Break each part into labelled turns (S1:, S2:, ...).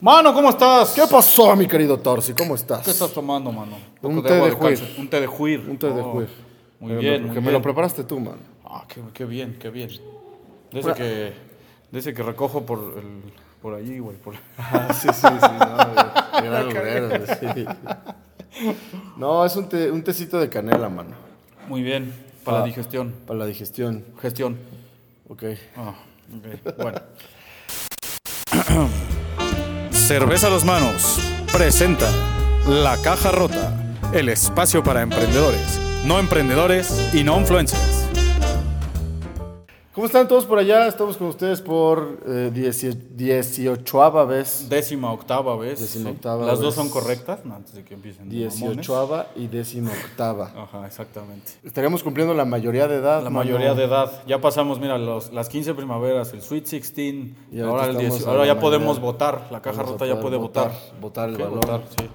S1: Mano, ¿cómo estás?
S2: ¿Qué pasó, mi querido Torsi? ¿Cómo estás?
S1: ¿Qué estás tomando, mano?
S2: Un
S1: poco
S2: té
S1: agua
S2: de juir.
S1: cárcel. Un té de juir.
S2: Un té de
S1: Oh,
S2: juez.
S1: Muy bien, muy
S2: Que me
S1: bien.
S2: lo preparaste tú, man.
S1: Ah, qué, qué bien, qué bien. Desde que, desde que recojo por, el, por allí, güey. por-
S2: sí, sí, sí. No, gran obrero, sí. No, es un, té- un tecito de canela, mano.
S1: Muy bien, para
S2: Ah.
S1: la digestión.
S2: Para la digestión.
S1: Gestión.
S2: Ok.
S1: Ah, ok, bueno. Cerveza a los manos presenta La Caja Rota, el espacio para emprendedores, no emprendedores y no influencers.
S2: ¿Cómo están todos por allá? Estamos con ustedes por eh, dieci- dieciochoava vez.
S1: Décima octava vez.
S2: Décima octava
S1: Las dos
S2: vez.
S1: son correctas, no, antes de que empiecen. de mamones.
S2: Dieciochoava y decimoctava.
S1: Ajá, exactamente.
S2: Estaríamos cumpliendo la mayoría de edad.
S1: La
S2: mano.
S1: mayoría de edad. Ya pasamos, mira, los- las 15 primaveras, el Sweet 16.
S2: Y ahorita
S1: ahora el
S2: estamos
S1: 10
S2: a
S1: ahora
S2: la
S1: ya
S2: mayoría.
S1: podemos votar. La caja
S2: Vamos a
S1: rota ya
S2: poder
S1: puede votar.
S2: Votar el
S1: Sí,
S2: valor.
S1: votar, sí.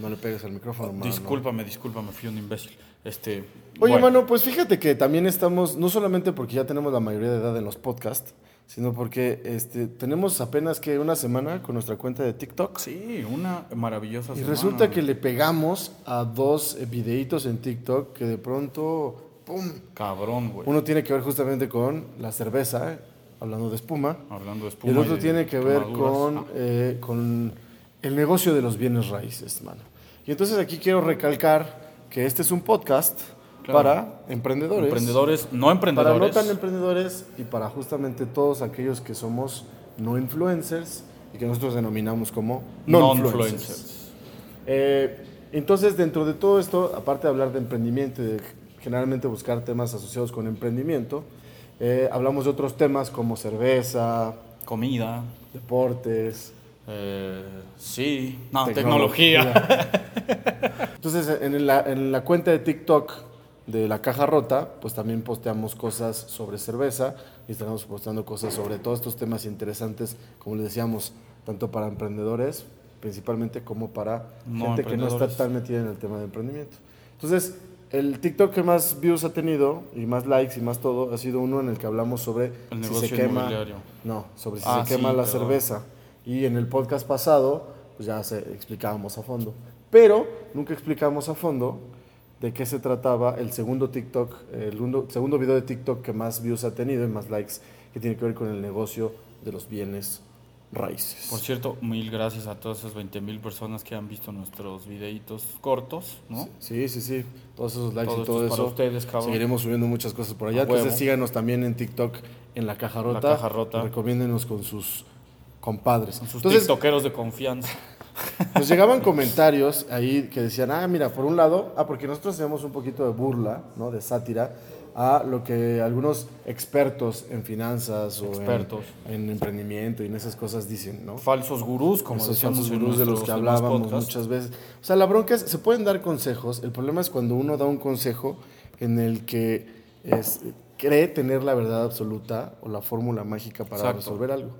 S2: No le pegues al micrófono, mano.
S1: Discúlpame, discúlpame, fui un imbécil. Este,
S2: Oye,
S1: bueno,
S2: mano, pues fíjate que también estamos, no solamente porque ya tenemos la mayoría de edad en los podcasts, sino porque este, tenemos apenas que una semana con nuestra cuenta de TikTok.
S1: Sí, una maravillosa
S2: Y
S1: semana,
S2: resulta
S1: güey.
S2: que le pegamos a dos eh, videitos en TikTok que de pronto, ¡pum!
S1: Cabrón, güey.
S2: Uno tiene que ver justamente con la cerveza, hablando de espuma.
S1: Hablando de espuma.
S2: Y el
S1: y
S2: otro
S1: de
S2: tiene que ver
S1: quemaduras.
S2: con, eh, con el negocio de los bienes raíces, mano. Y entonces aquí quiero recalcar que este es un podcast
S1: Claro.
S2: para emprendedores.
S1: Emprendedores, no
S2: Para
S1: emprendedores.
S2: no tan emprendedores y para justamente todos aquellos que somos no influencers y que nosotros denominamos como no influencers.
S1: Non-influencers.
S2: Eh, entonces, dentro de todo esto, aparte de hablar de emprendimiento y de generalmente buscar temas asociados con emprendimiento, eh, hablamos de otros temas como cerveza,
S1: Comida.
S2: deportes.
S1: eh, sí. No, tecnología.
S2: tecnología. Entonces, en la, en la cuenta de TikTok de la caja rota, pues también posteamos cosas sobre cerveza y estaremos posteando cosas sobre todos estos temas interesantes, como les decíamos, tanto para emprendedores, principalmente, como para
S1: No
S2: gente que no está
S1: emprendedores.
S2: tan metida en el tema de emprendimiento. Entonces, el TikTok que más views ha tenido y más likes y más todo ha sido uno en el que hablamos sobre
S1: El
S2: si se
S1: negocio
S2: quema,
S1: inmobiliario.
S2: no, sobre si
S1: Ah,
S2: se quema
S1: sí,
S2: la
S1: perdón.
S2: cerveza cerveza. Y en el podcast pasado, pues ya se explicábamos a fondo. Pero nunca explicamos a fondo de qué se trataba el segundo TikTok, el undo- segundo video de TikTok que más views ha tenido y más likes, que tiene que ver con el negocio de los bienes raíces.
S1: Por cierto, mil gracias a todas esas 20 mil personas que han visto nuestros videitos cortos, ¿no?
S2: Sí, sí, sí. Todos esos likes
S1: Todo
S2: y
S1: esto
S2: todo
S1: es para
S2: eso.
S1: ustedes, cabrón.
S2: Seguiremos subiendo muchas cosas por allá.
S1: A huevo.
S2: Entonces síganos también en TikTok en la caja rota.
S1: Caja Rota.
S2: Recomiéndenos con sus compadres.
S1: Sus
S2: Entonces,
S1: tiktokeros de confianza.
S2: Nos llegaban comentarios ahí que decían, ah, mira, por un lado, ah, porque nosotros hacemos un poquito de burla, ¿no? De sátira a lo que algunos expertos en finanzas o en-
S1: Expertos.
S2: En, emprendimiento y en esas cosas dicen, ¿no?
S1: Falsos gurús, como
S2: Esos
S1: decíamos
S2: falsos
S1: en
S2: gurús de los
S1: nuestros
S2: que
S1: demás
S2: hablábamos
S1: podcasts.
S2: muchas veces. O sea, la bronca es, se pueden dar consejos, el problema es cuando uno da un consejo en el que es- cree tener la verdad absoluta o la fórmula mágica para
S1: Exacto.
S2: resolver algo.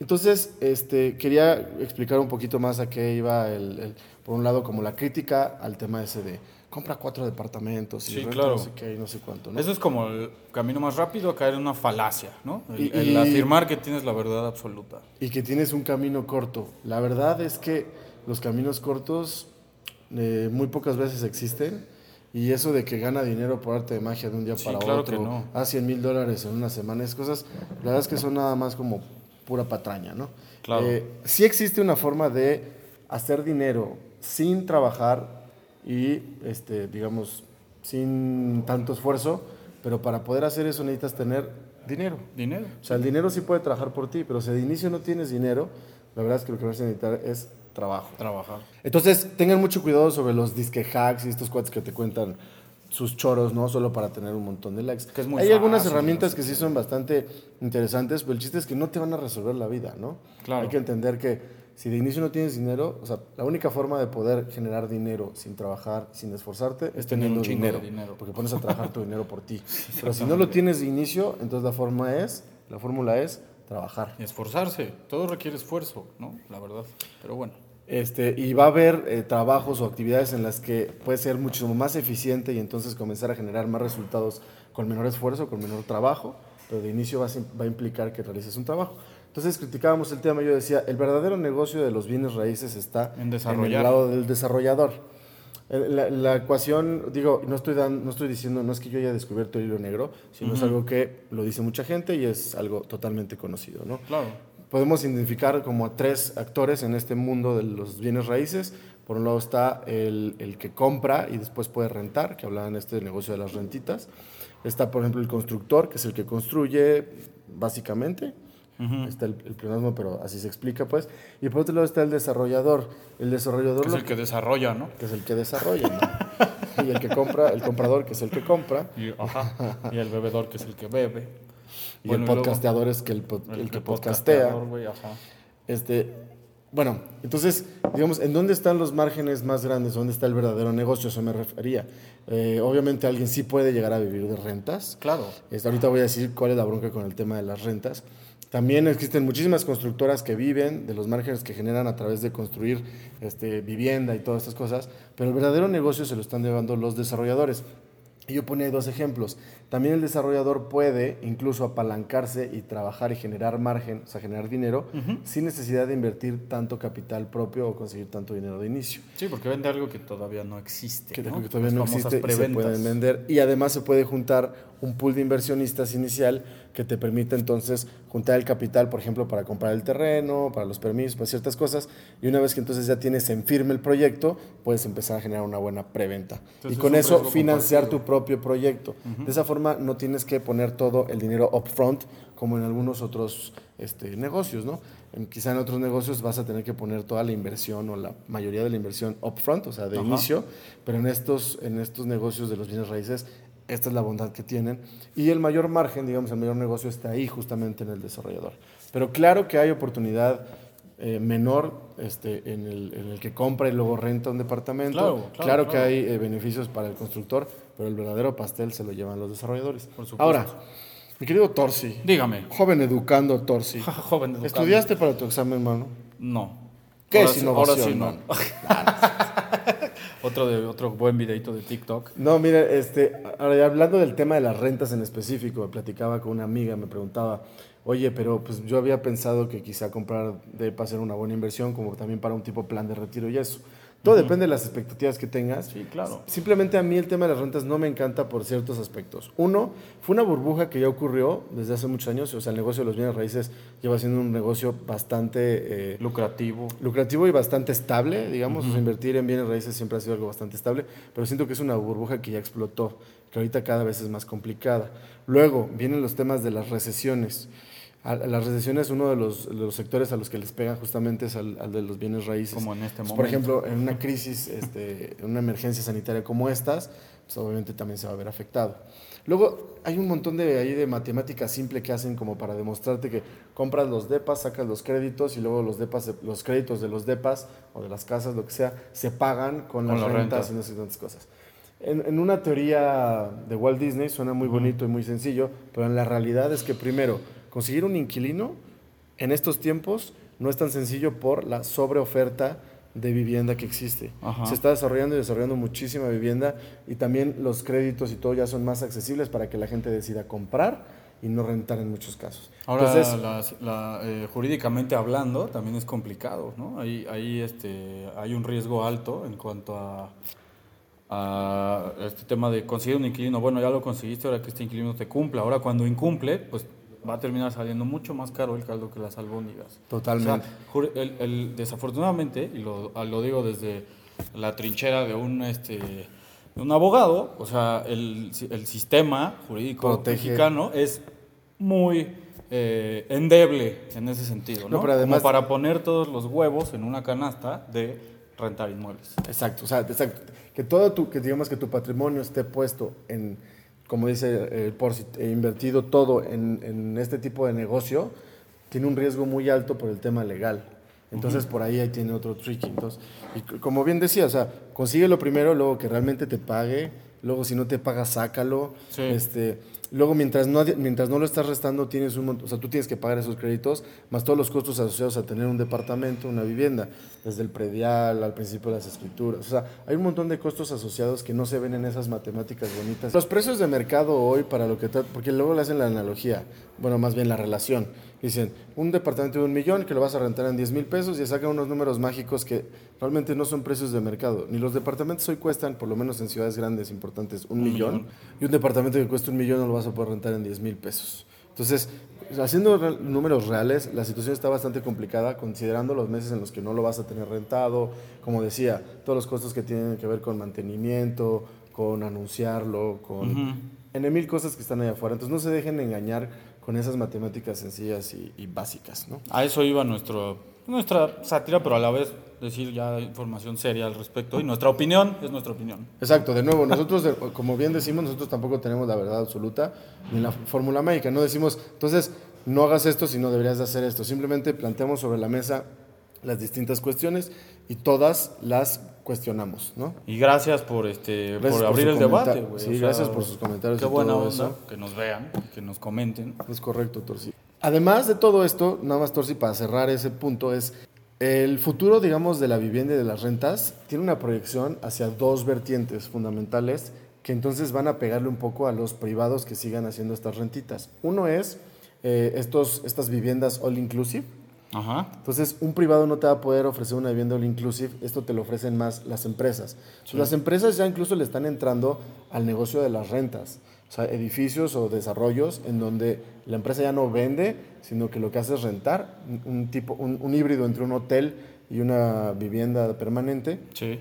S2: Entonces, este, quería explicar un poquito más a qué iba, el, el- por un lado, como la crítica al tema ese de compra cuatro departamentos y
S1: Sí,
S2: renta
S1: claro.
S2: no sé qué y no sé cuánto. ¿no?
S1: Eso es como el camino más rápido a caer en una falacia, ¿no? El,
S2: Y-
S1: el
S2: y-
S1: afirmar que tienes la verdad absoluta.
S2: y que tienes un camino corto. La verdad es que los caminos cortos eh, muy pocas veces existen y eso de que gana dinero por arte de magia de un día
S1: Sí,
S2: para
S1: claro que
S2: otro
S1: no.
S2: a 100 mil dólares en una semana, es cosas, la verdad es que son nada más como pura patraña, ¿no?
S1: Claro.
S2: Eh, sí existe una forma de hacer dinero sin trabajar y, este, digamos, sin tanto esfuerzo, pero para poder hacer eso necesitas tener dinero.
S1: Dinero.
S2: O sea, el dinero sí puede trabajar por ti, pero si de inicio no tienes dinero, la verdad es que lo que vas a necesitar es trabajo.
S1: Trabajar.
S2: Entonces, tengan mucho cuidado sobre los disque hacks y estos cuates que te cuentan sus choros, ¿no? Solo para tener un montón de likes.
S1: Que es muy
S2: Hay algunas
S1: fácil,
S2: herramientas
S1: no sé
S2: que sí son bastante interesantes, pero el chiste es que no te van a resolver la vida, ¿no?
S1: Claro.
S2: Hay que entender que si de inicio no tienes dinero, o sea, la única forma de poder generar dinero sin trabajar, sin esforzarte,
S1: tener
S2: es, teniendo
S1: un chingo de
S2: dinero,
S1: dinero.
S2: Porque pones a trabajar tu dinero por ti. Pero si no lo tienes de inicio, entonces la forma es, la fórmula es trabajar.
S1: Y esforzarse. Todo requiere esfuerzo, ¿no? La verdad. Pero bueno.
S2: Este, y va a haber eh, trabajos o actividades en las que puede ser muchísimo más eficiente y entonces comenzar a generar más resultados con menor esfuerzo, con menor trabajo, pero de inicio va a, sim- va a implicar que realices un trabajo. Entonces criticábamos el tema, yo decía, el verdadero negocio de los bienes raíces está
S1: En desarrollar.
S2: el lado del desarrollador. El- La, la ecuación, digo, no estoy, dan- no estoy diciendo, no es que yo haya descubierto el hilo negro, sino es algo que lo dice mucha gente y es algo totalmente conocido, ¿no?
S1: Claro.
S2: Podemos identificar como a tres actores en este mundo de los bienes raíces. Por un lado está el, el que compra y después puede rentar, que hablaba en este negocio de las rentitas. Está, por ejemplo, el constructor, que es el que construye, básicamente.
S1: Mm.
S2: Está el, el pleonasmo, pero así se explica, pues. Y por otro lado está el desarrollador. El desarrollador
S1: Que es
S2: lo
S1: el que desarrolla, ¿no?
S2: que es el que desarrolla. ¿no? y el que compra, el comprador, que es el que compra.
S1: Y, ajá, y el bebedor, que es el que bebe.
S2: Y
S1: Bueno,
S2: el
S1: luego,
S2: podcasteador es que el, pod- el que podcastea.
S1: podcasteador, güey, ajá.
S2: Este, bueno, entonces, digamos, ¿en dónde están los márgenes más grandes? ¿Dónde está el verdadero negocio? Eso me refería. Eh, obviamente alguien sí puede llegar a vivir de rentas.
S1: Claro.
S2: Este, ahorita voy a decir cuál es la bronca con el tema de las rentas. También existen muchísimas constructoras que viven de los márgenes que generan a través de construir este, vivienda y todas estas cosas, pero el verdadero negocio se lo están llevando los desarrolladores. Y yo ponía ahí dos ejemplos. También el desarrollador puede incluso apalancarse y trabajar y generar margen, o sea, generar dinero, sin necesidad de invertir tanto capital propio o conseguir tanto dinero de inicio
S1: Sí, porque vende algo que todavía no existe.
S2: que,
S1: ¿no?
S2: que todavía
S1: Las
S2: no
S1: famosas
S2: existe y se
S1: preventas.
S2: pueden vender. Y además se puede juntar un pool de inversionistas inicial que te permite entonces juntar el capital, por ejemplo, para comprar el terreno, para los permisos, para ciertas cosas. Y una vez que entonces ya tienes en firme el proyecto, puedes empezar a generar una buena preventa.
S1: Entonces,
S2: y con
S1: es un
S2: eso
S1: riesgo
S2: financiar
S1: compartido.
S2: tu propio proyecto. De esa forma no tienes que poner todo el dinero upfront como en algunos otros este, negocios, ¿no? En- quizá en otros negocios vas a tener que poner toda la inversión o la mayoría de la inversión upfront, o sea, de
S1: Ajá.
S2: inicio, pero en estos, en estos negocios de los bienes raíces, esta es la bondad que tienen. Y el mayor margen, digamos, el mayor negocio está ahí justamente en el desarrollador. Pero claro que hay oportunidad eh, menor este, en, el, en el que compra y luego renta un departamento.
S1: Claro, claro,
S2: claro que
S1: claro.
S2: hay eh, beneficios para el constructor, pero el verdadero pastel se lo llevan los desarrolladores.
S1: Por supuesto.
S2: Ahora, mi querido Torsi,
S1: Dígame.
S2: joven educando Torsi,
S1: Joven educando.
S2: ¿estudiaste para tu examen, mano?
S1: No.
S2: ¿Qué
S1: Ahora
S2: es
S1: sí-
S2: innovación?
S1: Ahora sí no.
S2: mano?
S1: Otro, de, otro buen videito de TikTok.
S2: No, mira, este, ahora ya hablando del tema de las rentas en específico, me platicaba con una amiga, me preguntaba, oye, pero pues yo había pensado que quizá comprar depa ser una buena inversión, como también para un tipo plan de retiro y eso. Todo depende de las expectativas que tengas.
S1: Sí, claro.
S2: Simplemente a mí el tema de las rentas no me encanta por ciertos aspectos. Uno, fue una burbuja que ya ocurrió desde hace muchos años, o sea, el negocio de los bienes raíces lleva siendo un negocio bastante eh,
S1: Lucrativo.
S2: lucrativo y bastante estable, digamos. O sea, invertir en bienes raíces siempre ha sido algo bastante estable, pero siento que es una burbuja que ya explotó, que ahorita cada vez es más complicada. Luego vienen los temas de las recesiones. A- a las recesiones, uno de los, de los sectores a los que les pega justamente es al, al de los bienes raíces.
S1: Como en este momento.
S2: Entonces, Por ejemplo, en una crisis, este, en una emergencia sanitaria como estas, pues obviamente también se va a ver afectado. Luego, hay un montón de, ahí de matemática simple que hacen como para demostrarte que compras los depas, sacas los créditos y luego los depas, se- los créditos de los depas o de las casas, lo que sea, se pagan con, las
S1: la renta.
S2: rentas y no sé tantas cosas. En, en una teoría de Walt Disney suena muy bonito y muy sencillo, pero en la realidad es que primero, conseguir un inquilino en estos tiempos no es tan sencillo por la sobreoferta de vivienda que existe.
S1: Ajá.
S2: Se está desarrollando y desarrollando muchísima vivienda y también los créditos y todo ya son más accesibles para que la gente decida comprar y no rentar en muchos casos.
S1: Ahora,
S2: Entonces,
S1: las- la, eh, jurídicamente hablando, también es complicado, ¿no? Ahí, ahí este, hay un riesgo alto en cuanto a, a este tema de conseguir un inquilino. Bueno, ya lo conseguiste, ahora que este inquilino te cumpla. Ahora, cuando incumple, pues va a terminar saliendo mucho más caro el caldo que las albóndigas.
S2: Totalmente.
S1: O sea, jur- el- el- desafortunadamente, y lo, a- lo digo desde la trinchera de un, este, de un abogado, o sea, el, si- el sistema jurídico
S2: Protege.
S1: mexicano es muy eh, endeble en ese sentido, ¿no?
S2: No, pero además-
S1: Como para poner todos los huevos en una canasta de rentar inmuebles.
S2: Exacto, o sea, exacto. Que todo tu, que digamos que tu patrimonio esté puesto en, como dice eh, Porci, eh, invertido todo en, en este tipo de negocio, tiene un riesgo muy alto por el tema legal. Entonces por ahí ahí tiene otro tricky. Entonces, y c- como bien decía, o sea, consíguelo primero, luego que realmente te pague, luego si no te paga, sácalo.
S1: Sí.
S2: Este, Luego, mientras no, mientras no lo estás restando, tienes un montón, o sea, tú tienes que pagar esos créditos, más todos los costos asociados a tener un departamento, una vivienda, desde el predial al principio de las escrituras. O sea, hay un montón de costos asociados que no se ven en esas matemáticas bonitas. Los precios de mercado hoy para lo que... Porque luego le hacen la analogía, bueno, más bien la relación. Dicen, un departamento de un millón que lo vas a rentar en 10 mil pesos y sacan unos números mágicos que realmente no son precios de mercado. Ni los departamentos hoy cuestan, por lo menos en ciudades grandes importantes, un, millón. millón. Y un departamento que cuesta un millón no lo vas a poder rentar en 10 mil pesos. Entonces, haciendo re números reales, la situación está bastante complicada, considerando los meses en los que no lo vas a tener rentado, como decía, todos los costos que tienen que ver con mantenimiento, con anunciarlo, con uh -huh. en mil cosas que están allá afuera. Entonces, no se dejen engañar con esas matemáticas sencillas y, y básicas, ¿no?
S1: A eso iba nuestro, nuestra sátira, pero a la vez decir ya información seria al respecto y nuestra opinión es nuestra opinión.
S2: Exacto, de nuevo, nosotros, eh, como bien decimos, nosotros tampoco tenemos la verdad absoluta ni la fórmula mágica, no decimos, entonces, no hagas esto si no deberías de hacer esto, simplemente planteamos sobre la mesa las distintas cuestiones y todas las cuestionamos, ¿no?
S1: Y gracias por este gracias por abrir por el debate, güey.
S2: Sí, o sea, gracias por sus comentarios.
S1: Qué y buena todo onda eso. que nos vean, que nos comenten.
S2: Es correcto, Torsi. Además de todo esto, nada más Torsi para cerrar ese punto es el futuro, digamos, de la vivienda y de las rentas tiene una proyección hacia dos vertientes fundamentales que entonces van a pegarle un poco a los privados que sigan haciendo estas rentitas. Uno es eh, estos, estas viviendas all inclusive,
S1: Ajá.
S2: Entonces, un privado no te va a poder ofrecer una vivienda all inclusive, esto te lo ofrecen más las empresas. Sí. Las empresas ya incluso le están entrando al negocio de las rentas, o sea, edificios o desarrollos en donde la empresa ya no vende, sino que lo que hace es rentar un tipo un, un híbrido entre un hotel y una vivienda permanente.
S1: Sí.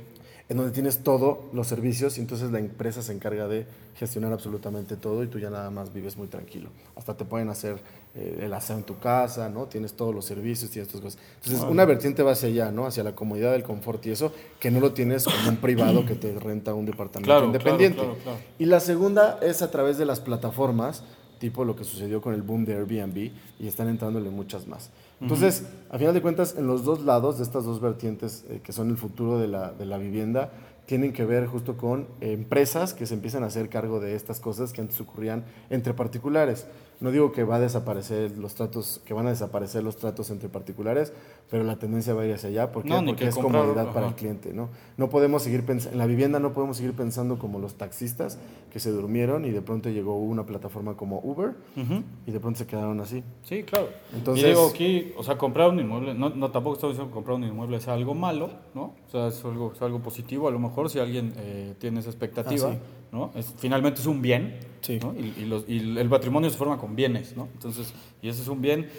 S2: En donde tienes todos los servicios y entonces la empresa se encarga de gestionar absolutamente todo y tú ya nada más vives muy tranquilo. Hasta te pueden hacer eh, el aseo en tu casa, ¿no? Tienes todos los servicios, tienes estas cosas. Entonces, bueno. una vertiente va hacia allá, ¿no? Hacia la comodidad, el confort y eso, que no lo tienes como un privado que te renta un departamento
S1: claro,
S2: independiente.
S1: Claro, claro,
S2: y la segunda es a través de las plataformas, tipo lo que sucedió con el boom de Airbnb, y están entrándole muchas más. Entonces, uh -huh. a final de cuentas, en los dos lados de estas dos vertientes eh, que son el futuro de la, de la vivienda, tienen que ver justo con empresas que se empiezan a hacer cargo de estas cosas que antes ocurrían entre particulares. No digo que va a desaparecer los tratos, que van a desaparecer los tratos entre particulares, pero la tendencia va a ir hacia allá porque,
S1: no,
S2: porque es
S1: comprar,
S2: comodidad ajá. para el cliente, ¿no? No podemos seguir pensando, en la vivienda no podemos seguir pensando como los taxistas que se durmieron y de pronto llegó una plataforma como Uber uh -huh. y de pronto se quedaron así.
S1: Sí, claro. Entonces, y digo aquí, o sea, comprar un inmueble, no, no tampoco estamos diciendo que comprar un inmueble es algo malo, ¿no? O sea, es algo, es algo positivo, a lo mejor si alguien eh, tiene esa expectativa,
S2: Ah, sí.
S1: ¿no? Es, finalmente es un bien,
S2: Sí.
S1: ¿no? y, y, los, y el patrimonio se forma con bienes, ¿no? Entonces, y ese es un bien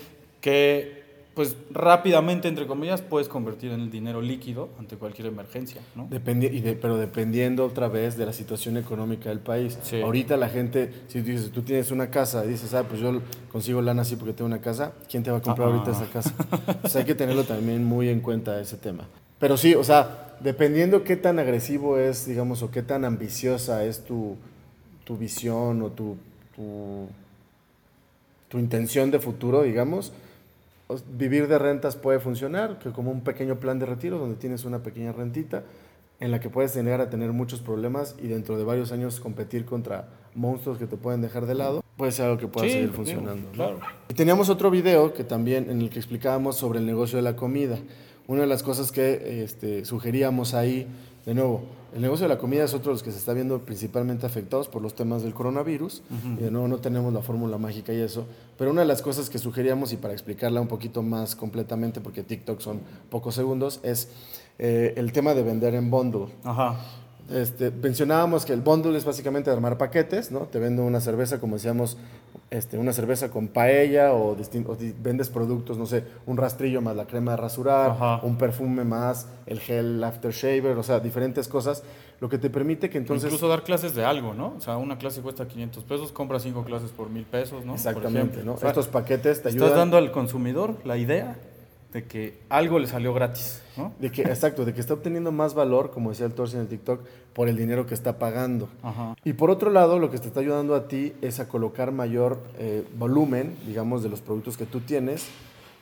S1: que, pues rápidamente, entre comillas, puedes convertir en el dinero líquido ante cualquier emergencia, ¿no?
S2: Dependi y de, pero dependiendo otra vez de la situación económica del país.
S1: Sí.
S2: Ahorita la gente, si tú dices, tú tienes una casa, y dices, ah, pues yo consigo lana así porque tengo una casa, ¿quién te va a comprar
S1: Ah.
S2: ahorita esa casa? o sea, hay que tenerlo también muy en cuenta ese tema. Pero sí, o sea, dependiendo qué tan agresivo es, digamos, o qué tan ambiciosa es tu, tu visión o tu, tu, tu intención de futuro, digamos, os- vivir de rentas puede funcionar, que como un pequeño plan de retiro donde tienes una pequeña rentita en la que puedes llegar a tener muchos problemas y dentro de varios años competir contra monstruos que te pueden dejar de lado, puede ser algo que pueda
S1: Sí,
S2: seguir
S1: digo,
S2: funcionando. ¿no?
S1: claro.
S2: Y teníamos otro video que también en el que explicábamos sobre el negocio de la comida. Una de las cosas que este, sugeríamos ahí, de nuevo, el negocio de la comida es otro de los que se está viendo principalmente afectados por los temas del coronavirus. Y de nuevo, no tenemos la fórmula mágica y eso. Pero una de las cosas que sugeríamos, y para explicarla un poquito más completamente, porque TikTok son pocos segundos, es eh, el tema de vender en bundle.
S1: Ajá.
S2: Este, mencionábamos que el bundle es básicamente armar paquetes, ¿no? Te vendo una cerveza, como decíamos, este, una cerveza con paella o, distin- o di- vendes productos, no sé, un rastrillo más la crema de rasurar,
S1: Ajá.
S2: un perfume más el gel aftershaver, o sea, diferentes cosas, lo que te permite que entonces...
S1: Incluso dar clases de algo, ¿no? O sea, una clase cuesta 500 pesos, compra cinco clases por mil pesos, ¿no? Por
S2: exactamente,
S1: ejemplo.
S2: ¿no?
S1: O sea,
S2: Estos paquetes te
S1: estás
S2: ayudan...
S1: dando al consumidor la idea de que algo le salió gratis, ¿no?
S2: De que, exacto, de que está obteniendo más valor, como decía el Torsi en el TikTok, por el dinero que está pagando.
S1: Ajá.
S2: Y por otro lado, lo que te está ayudando a ti es a colocar mayor eh, volumen, digamos, de los productos que tú tienes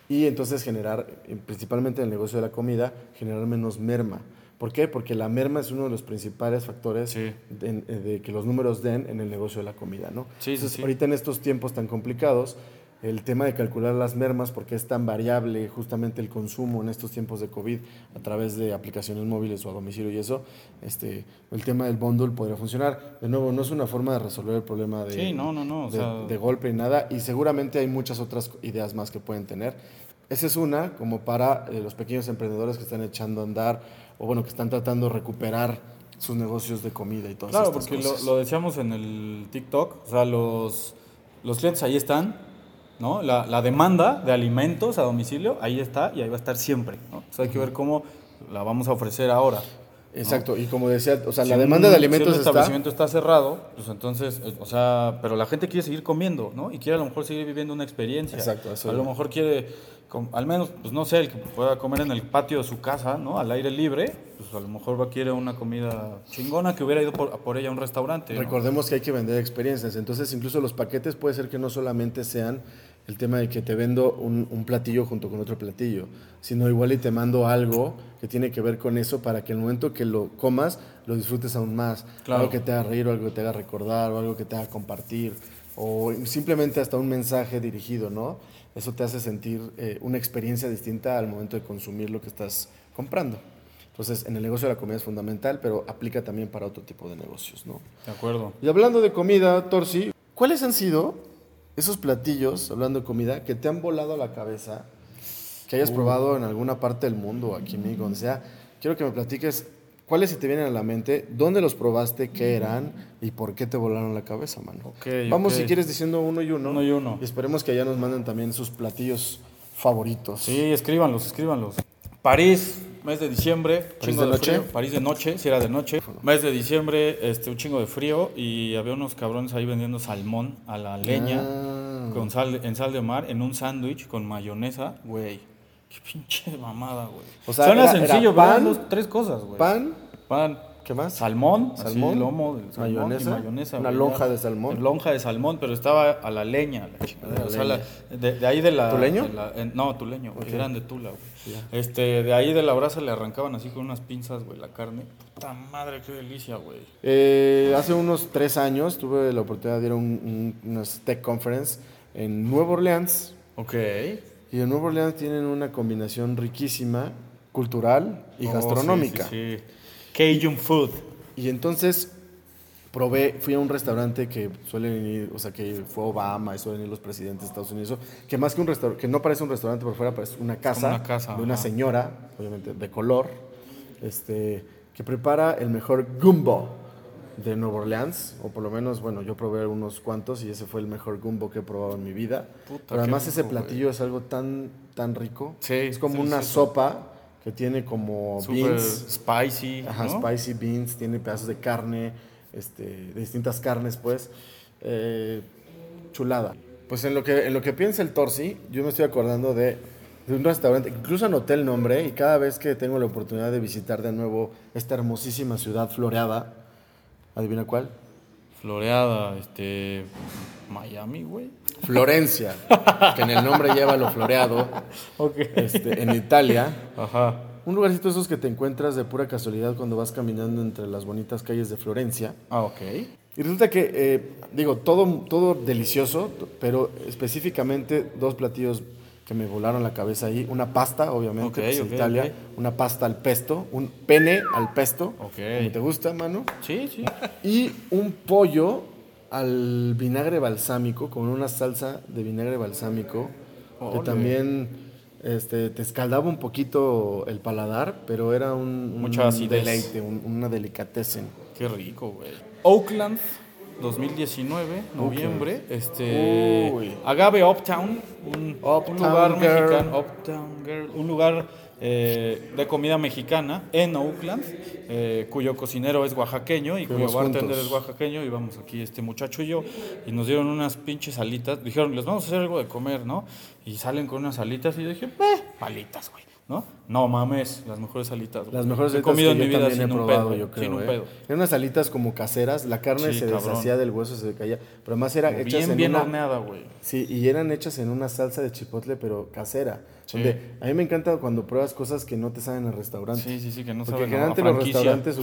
S2: y entonces generar, eh, principalmente en el negocio de la comida, generar menos merma. ¿Por qué? Porque la merma es uno de los principales factores
S1: Sí.
S2: de, de que los números den en el negocio de la comida, ¿no?
S1: Sí, sí,
S2: Entonces,
S1: sí.
S2: Ahorita en estos tiempos tan complicados, el tema de calcular las mermas, porque es tan variable justamente el consumo en estos tiempos de COVID a través de aplicaciones móviles o a domicilio y eso, este, el tema del bundle podría funcionar. De nuevo, no es una forma de resolver el problema de,
S1: Sí, no, no, no, o
S2: de,
S1: sea-
S2: de golpe y nada, y seguramente hay muchas otras ideas más que pueden tener. Esa es una, como para eh, los pequeños emprendedores que están echando a andar o bueno, que están tratando de recuperar sus negocios de comida y todas
S1: Claro,
S2: estas
S1: porque lo,
S2: cosas.
S1: lo decíamos en el TikTok, o sea, los, los clientes ahí están, ¿no? La, la demanda de alimentos a domicilio, ahí está y ahí va a estar siempre, ¿no? O sea, hay que ver cómo la vamos a ofrecer ahora.
S2: Exacto, y como decía, o sea, la
S1: Si
S2: demanda
S1: un-
S2: de alimentos
S1: si un
S2: está...
S1: establecimiento está cerrado, pues entonces, eh, o sea, pero la gente quiere seguir comiendo, ¿no? Y quiere a lo mejor seguir viviendo una experiencia.
S2: Exacto, eso
S1: A
S2: es.
S1: lo mejor quiere, com- al menos, pues no sé, el que pueda comer en el patio de su casa, ¿no? Al aire libre, pues a lo mejor va quiere una comida chingona que hubiera ido por, por ella a un restaurante. ¿no?
S2: Recordemos que hay que vender experiencias, entonces incluso los paquetes puede ser que no solamente sean el tema de que te vendo un, un platillo junto con otro platillo, sino igual y te mando algo que tiene que ver con eso para que el momento que lo comas lo disfrutes aún más.
S1: Claro.
S2: Algo que te haga reír o algo que te haga recordar o algo que te haga compartir o simplemente hasta un mensaje dirigido, ¿no? Eso te hace sentir eh, una experiencia distinta al momento de consumir lo que estás comprando. Entonces, en el negocio de la comida es fundamental, pero aplica también para otro tipo de negocios, ¿no?
S1: De acuerdo.
S2: Y hablando de comida, Torsi, ¿cuáles han sido esos platillos, hablando de comida, que te han volado la cabeza, que
S1: Uh.
S2: hayas probado en alguna parte del mundo, aquí en México, donde sea? Quiero que me platiques cuáles se te vienen a la mente, dónde los probaste, qué eran y por qué te volaron la cabeza, mano.
S1: Mm. Ok,
S2: Vamos,
S1: ok.
S2: si quieres, diciendo uno y uno.
S1: Uno y uno.
S2: esperemos que allá nos manden también sus platillos favoritos.
S1: Sí, escríbanlos, escríbanlos. París, mes de diciembre, chingo
S2: de
S1: de,
S2: noche?
S1: frío. París de noche, si era de noche. Mes de diciembre, este, un chingo de frío y había unos cabrones ahí vendiendo salmón a la leña
S2: Ah.
S1: con sal, en sal de mar en un sándwich con mayonesa, güey. Qué pinche mamada, güey.
S2: O
S1: O sea,
S2: sea,
S1: Suena
S2: era- era
S1: sencillo,
S2: pan,
S1: pero eran dos- tres cosas, güey.
S2: Pan,
S1: Pan,
S2: ¿qué más?
S1: Salmón,
S2: Salmón,
S1: salmón, lomo, del salmón y
S2: mayonesa,
S1: mayonesa,
S2: una
S1: güey,
S2: lonja
S1: ya.
S2: de salmón.
S1: Lonja de salmón, pero estaba a la leña, la chingadera,
S2: A la
S1: o sea, la-
S2: leña.
S1: de, de ahí de la.
S2: ¿Tuleño?
S1: de la- en- no, tuleño, porque eran de tula, güey. Este, de ahí de la brasa le arrancaban así con unas pinzas, güey, la carne. Puta madre, qué delicia, güey.
S2: Eh, hace unos tres años tuve la oportunidad de ir a un- un- unas tech conference en Nueva Orleans.
S1: Ok.
S2: Y en Nueva Orleans tienen una combinación riquísima, cultural y gastronómica.
S1: Oh, Sí, sí. Cajun food.
S2: Y entonces probé, fui a un restaurante que suelen ir, o sea, que fue Obama y suelen ir los presidentes de Estados Unidos, que más que un restaurante, que no parece un restaurante por fuera, parece una casa,
S1: una casa,
S2: de una
S1: ajá.
S2: señora, obviamente de color, este, que prepara el mejor gumbo de Nueva Orleans, o por lo menos, bueno, yo probé unos cuantos y ese fue el mejor gumbo que he probado en mi vida.
S1: Puta,
S2: Pero además
S1: qué
S2: ese
S1: rico, güey.
S2: platillo es algo tan, tan rico.
S1: Sí,
S2: es como
S1: sí,
S2: una
S1: sí, sí.
S2: sopa que tiene como
S1: Super
S2: beans.
S1: spicy.
S2: Ajá,
S1: ¿no?
S2: spicy beans, tiene pedazos de carne, este, de distintas carnes, pues. eh, chulada. Pues en lo, que, en lo que piensa el Torsi, yo me estoy acordando de, de un restaurante, incluso anoté el nombre y cada vez que tengo la oportunidad de visitar de nuevo esta hermosísima ciudad floreada, ¿adivina cuál?
S1: Floreada, este. Miami, güey.
S2: Florencia, que en el nombre lleva lo floreado,
S1: Ok.
S2: este, en Italia.
S1: Ajá.
S2: Un lugarcito esos que te encuentras de pura casualidad cuando vas caminando entre las bonitas calles de Florencia.
S1: Ah, ok.
S2: Y resulta que, eh, digo, todo, todo delicioso, t- pero específicamente dos platillos que me volaron la cabeza ahí. Una pasta, obviamente,
S1: Ok,
S2: pues, de
S1: ok,
S2: Italia.
S1: ok.
S2: Una pasta al pesto, un pene al pesto,
S1: Ok.
S2: como te gusta, mano.
S1: Sí, sí.
S2: Y un pollo al vinagre balsámico, con una salsa de vinagre balsámico, que
S1: Ole.
S2: también este, te escaldaba un poquito el paladar, pero era un, un
S1: Mucha acidez.
S2: deleite, un- una delicatessen.
S1: Qué rico, güey. Oakland, 2019, noviembre. Este.
S2: Uy.
S1: Agave Uptown, un, un
S2: Uptown
S1: lugar
S2: Girl.
S1: mexicano. Uptown Girl, un lugar eh, de comida mexicana en Oakland, eh, cuyo cocinero es oaxaqueño y cuyo
S2: Fuimos
S1: bartender
S2: juntos.
S1: es oaxaqueño. Íbamos aquí este muchacho y yo y nos dieron unas pinches alitas. Dijeron, les vamos a hacer algo de comer, ¿no? Y salen con unas alitas y yo dije, "Meh, palitas, güey. ¿No? no mames, las mejores alitas. güey.
S2: Las mejores
S1: He
S2: alitas
S1: comido
S2: que
S1: en
S2: yo
S1: mi vida
S2: también
S1: sin
S2: he
S1: un
S2: probado,
S1: pedo.
S2: yo creo.
S1: sin un
S2: ¿eh?
S1: pedo.
S2: Eran unas alitas como caseras, la carne
S1: Sí,
S2: se
S1: cabrón.
S2: deshacía del hueso, se caía. Pero además eran
S1: Como
S2: hechas
S1: bien,
S2: en
S1: bien
S2: una...
S1: horneada, güey.
S2: Sí, y eran hechas en una salsa de chipotle, pero casera.
S1: Sí.
S2: De- a mí me encanta cuando pruebas cosas que no te saben al restaurante.
S1: Sí, sí, sí, que no
S2: Porque
S1: saben a- a
S2: generalmente los
S1: franquicia.
S2: restaurantes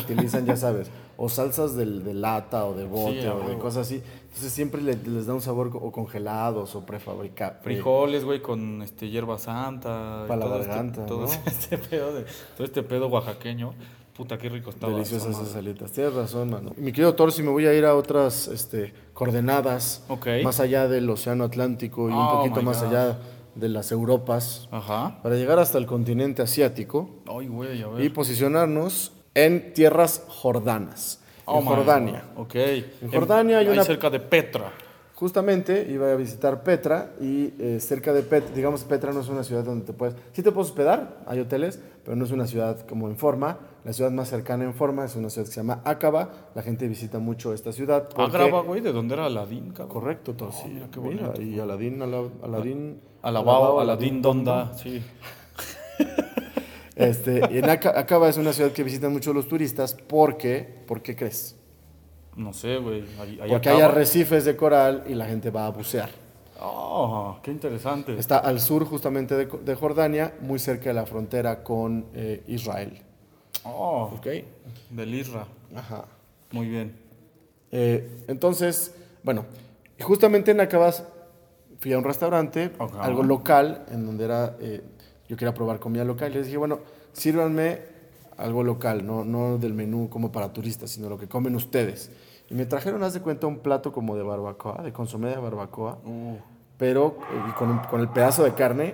S2: utilizan, ya sabes, o salsas del- de, lata o de bote
S1: Sí, a
S2: o de
S1: huevo.
S2: cosas así. Entonces siempre le- les da un sabor co- o congelados o prefabricados.
S1: Frijoles, güey, con este hierba santa. y
S2: Pa' eh, la
S1: todo este-
S2: garganta,
S1: todo
S2: ¿no?
S1: este pedo de- todo este pedo oaxaqueño. Puta, qué rico estaba.
S2: Deliciosas
S1: esa
S2: esas alitas. Tienes razón, mano. Mi querido Torsi, me voy a ir a otras este, coordenadas.
S1: Ok.
S2: Más allá del Océano Atlántico y un
S1: Oh,
S2: poquito
S1: my
S2: más
S1: God.
S2: allá de las Europas.
S1: madre. Ajá.
S2: Para llegar hasta el continente asiático.
S1: Ay, güey, a ver.
S2: y posicionarnos en tierras jordanas,
S1: Oh,
S2: en
S1: my
S2: Jordania.
S1: God. Ok. En
S2: Jordania hay
S1: ahí
S2: una-
S1: cerca de Petra.
S2: Justamente iba a visitar Petra y eh, cerca de Petra, digamos Petra no es una ciudad donde te puedes, sí te puedes hospedar, hay hoteles, pero no es una ciudad como en forma. La ciudad más cercana en forma es una ciudad que se llama Acaba. La gente visita mucho esta ciudad. porque-
S1: Agrava, Ah, güey, de donde era Aladín, cabrón.
S2: Correcto, Torsi.
S1: Oh, mira, qué
S2: Mira,
S1: bonito.
S2: y Aladín, Ala- Aladín.
S1: Alabao,
S2: Alabao,
S1: Aladín, Donda, sí.
S2: Este, y en Aca- Acaba es una ciudad que visitan mucho los turistas porque, ¿por qué crees?
S1: No sé, güey. Ahí, ahí
S2: Porque hay
S1: acaba.
S2: arrecifes de coral y la gente va a bucear.
S1: Oh, qué interesante.
S2: Está al sur justamente de, de Jordania, muy cerca de la frontera con eh, Israel.
S1: Oh, del Isra.
S2: Ajá.
S1: Muy bien.
S2: Eh, entonces, bueno, justamente en Acabas fui a un restaurante,
S1: Ok.
S2: algo local, en donde era, eh, yo quería probar comida local. Y les dije, bueno, sírvanme algo local, no, no del menú como para turistas, sino lo que comen ustedes. Y me trajeron, haz de cuenta, un plato como de barbacoa, de consomé de barbacoa.
S1: Uh,
S2: pero eh, y con, con el pedazo de carne,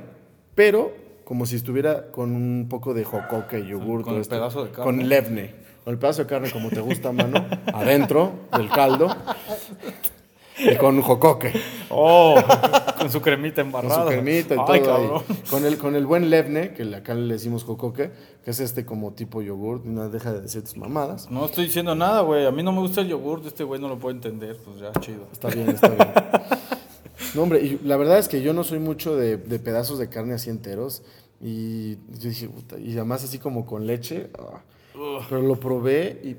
S2: pero como si estuviera con un poco de jocoque, yogur,
S1: Con
S2: todo
S1: el
S2: esto.
S1: pedazo de carne.
S2: Con levne. Con el pedazo de carne, como te gusta, mano, adentro del caldo. Y con jocoque,
S1: Oh, con su cremita
S2: con
S1: embarrada.
S2: su cremita y
S1: Ay,
S2: todo ahí.
S1: cabrón.
S2: Con el, con el buen levne, que acá le decimos jocoque, que es este como tipo yogur, no deja de decir tus mamadas.
S1: No estoy diciendo nada, güey. A mí no me gusta el yogur. Este güey no lo puede entender. Pues ya, chido.
S2: Está bien, está bien. No, hombre, y la verdad es que yo no soy mucho de, de pedazos de carne así enteros. Y yo dije, "Puta", y además así como con leche. ah. Pero lo probé y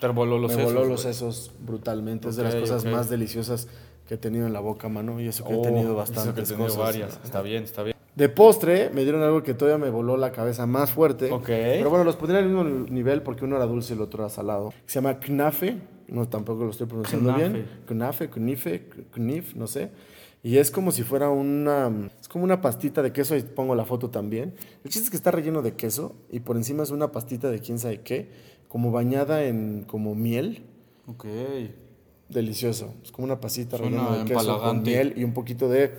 S1: Te voló los
S2: me voló
S1: sesos,
S2: los
S1: güey.
S2: sesos brutalmente. es de las
S1: Ok,
S2: cosas
S1: ok.
S2: más deliciosas que he tenido en la boca, mano. Y eso que
S1: Oh,
S2: he tenido
S1: eso que he
S2: bastantes
S1: tenido
S2: cosas.
S1: varias. Está bien, está bien.
S2: De postre me dieron algo que todavía me voló la cabeza más fuerte.
S1: Ok.
S2: Pero bueno, los pondría al mismo nivel porque uno era dulce y el otro era salado. Se llama knafe, no tampoco lo estoy pronunciando
S1: Knafe.
S2: bien. Knafe, knife, knif, no sé. Y es como si fuera una es como una pastita de queso y pongo la foto también. El chiste es que está relleno de queso y por encima es una pastita de quién sabe qué, como bañada en como miel.
S1: Ok.
S2: Delicioso. Es como una pasita
S1: Suena
S2: rellena de queso con
S1: empalagante.
S2: miel y un poquito de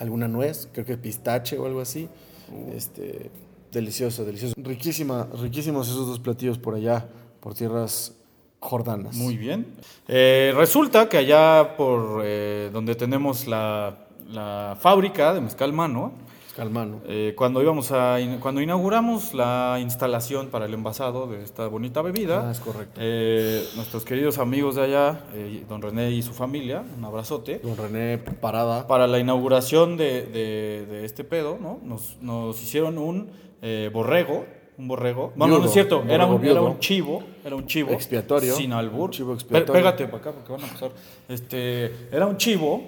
S2: alguna nuez, creo que pistache o algo así.
S1: Uh.
S2: Este, delicioso, delicioso. Riquísima, riquísimos esos dos platillos por allá, por tierras jordanas.
S1: Muy bien. Eh, resulta que allá por eh, donde tenemos la, la fábrica de mezcal mano,
S2: calmano.
S1: eh, cuando íbamos a in- cuando inauguramos la instalación para el envasado de esta bonita bebida,
S2: Ah, es correcto.
S1: eh, nuestros queridos amigos de allá, eh, don René y su familia, un abrazote.
S2: Don René Parada.
S1: Para la inauguración de, de- de este pedo, ¿no? Nos, nos hicieron un eh, borrego, un borrego. Bueno, no
S2: Viudo,
S1: es cierto,
S2: un
S1: era un,
S2: borrego
S1: era
S2: viudo.
S1: un chivo, era un chivo.
S2: Expiatorio,
S1: Sin albur.
S2: un chivo
S1: Pe-
S2: expiatorio.
S1: Pégate para acá porque van a pasar. Este, era un chivo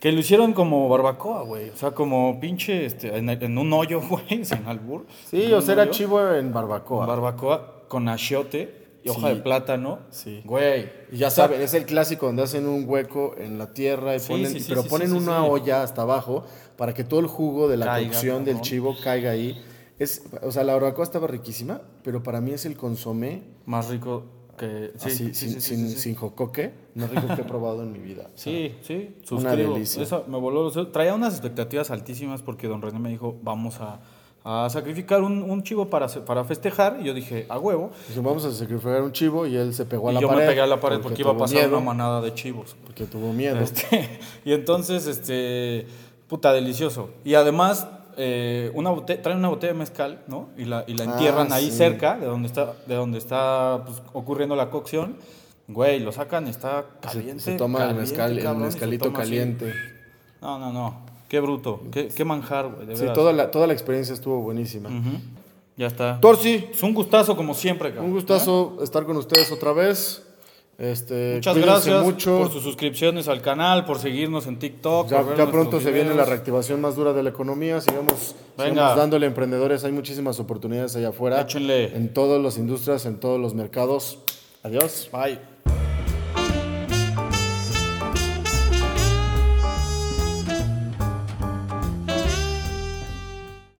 S1: que lo hicieron como barbacoa, güey. O sea, como pinche, este, en, en un hoyo, güey, sin albur.
S2: Sí,
S1: En
S2: o
S1: un
S2: sea, era
S1: hoyo.
S2: chivo en barbacoa.
S1: Barbacoa con achiote y hoja
S2: Sí.
S1: de plátano.
S2: Sí.
S1: Güey.
S2: y ya saben, es el clásico donde hacen un hueco en la tierra, y
S1: Sí,
S2: ponen,
S1: sí, sí,
S2: pero
S1: sí,
S2: ponen
S1: sí, sí,
S2: una
S1: sí.
S2: olla hasta abajo para que todo el jugo de la
S1: Caiga,
S2: cocción del
S1: cabrón.
S2: chivo caiga ahí. Es, o sea, la barbacoa estaba riquísima, pero para mí es el consomé
S1: Más rico que. Sí,
S2: así,
S1: sí,
S2: sin,
S1: sí, sí,
S2: sin,
S1: sí, sí.
S2: sin jocoque, más rico que he probado en mi vida.
S1: Sí, sí,
S2: Una
S1: suscribo.
S2: delicia.
S1: Eso me voló los sesos. Traía unas expectativas altísimas porque don René me dijo, vamos a, a sacrificar un, un chivo para, ce- para festejar. Y yo dije, a huevo.
S2: Dije, vamos a sacrificar un chivo y él se pegó a
S1: Y
S2: la
S1: yo
S2: pared.
S1: me pegué a la pared porque iba a
S2: tuvo
S1: pasar
S2: miedo,
S1: una manada de chivos.
S2: Porque tuvo miedo.
S1: Este, y entonces, este, puta, delicioso. Y además, eh, una bote- traen una botella de mezcal, ¿no? Y la, y la
S2: Ah,
S1: entierran ahí
S2: sí.
S1: cerca, de donde está, de donde está pues, ocurriendo la cocción. Güey, lo sacan, está caliente.
S2: se toma
S1: caliente,
S2: el, mezcal, el
S1: cabrón, y se
S2: mezcalito
S1: toma así.
S2: caliente.
S1: No, no, no. Qué bruto. Qué, qué manjar, güey. de
S2: Sí,
S1: veras.
S2: toda la, toda la experiencia estuvo buenísima.
S1: Ujú. Ya está.
S2: Torsi,
S1: Es un gustazo como siempre, cabrón.
S2: Un gustazo estar con ustedes otra vez. Este,
S1: Muchas
S2: cuídense
S1: gracias
S2: mucho.
S1: por sus suscripciones al canal, por seguirnos en TikTok.
S2: Ya,
S1: por ver
S2: ya
S1: nuestros
S2: pronto se viene la
S1: videos.
S2: reactivación más dura de la economía. Sigamos,
S1: Venga.
S2: sigamos dándole a emprendedores. Hay muchísimas oportunidades allá afuera.
S1: Échenle.
S2: En todas las industrias, en todos los mercados. Adiós.
S1: Bye.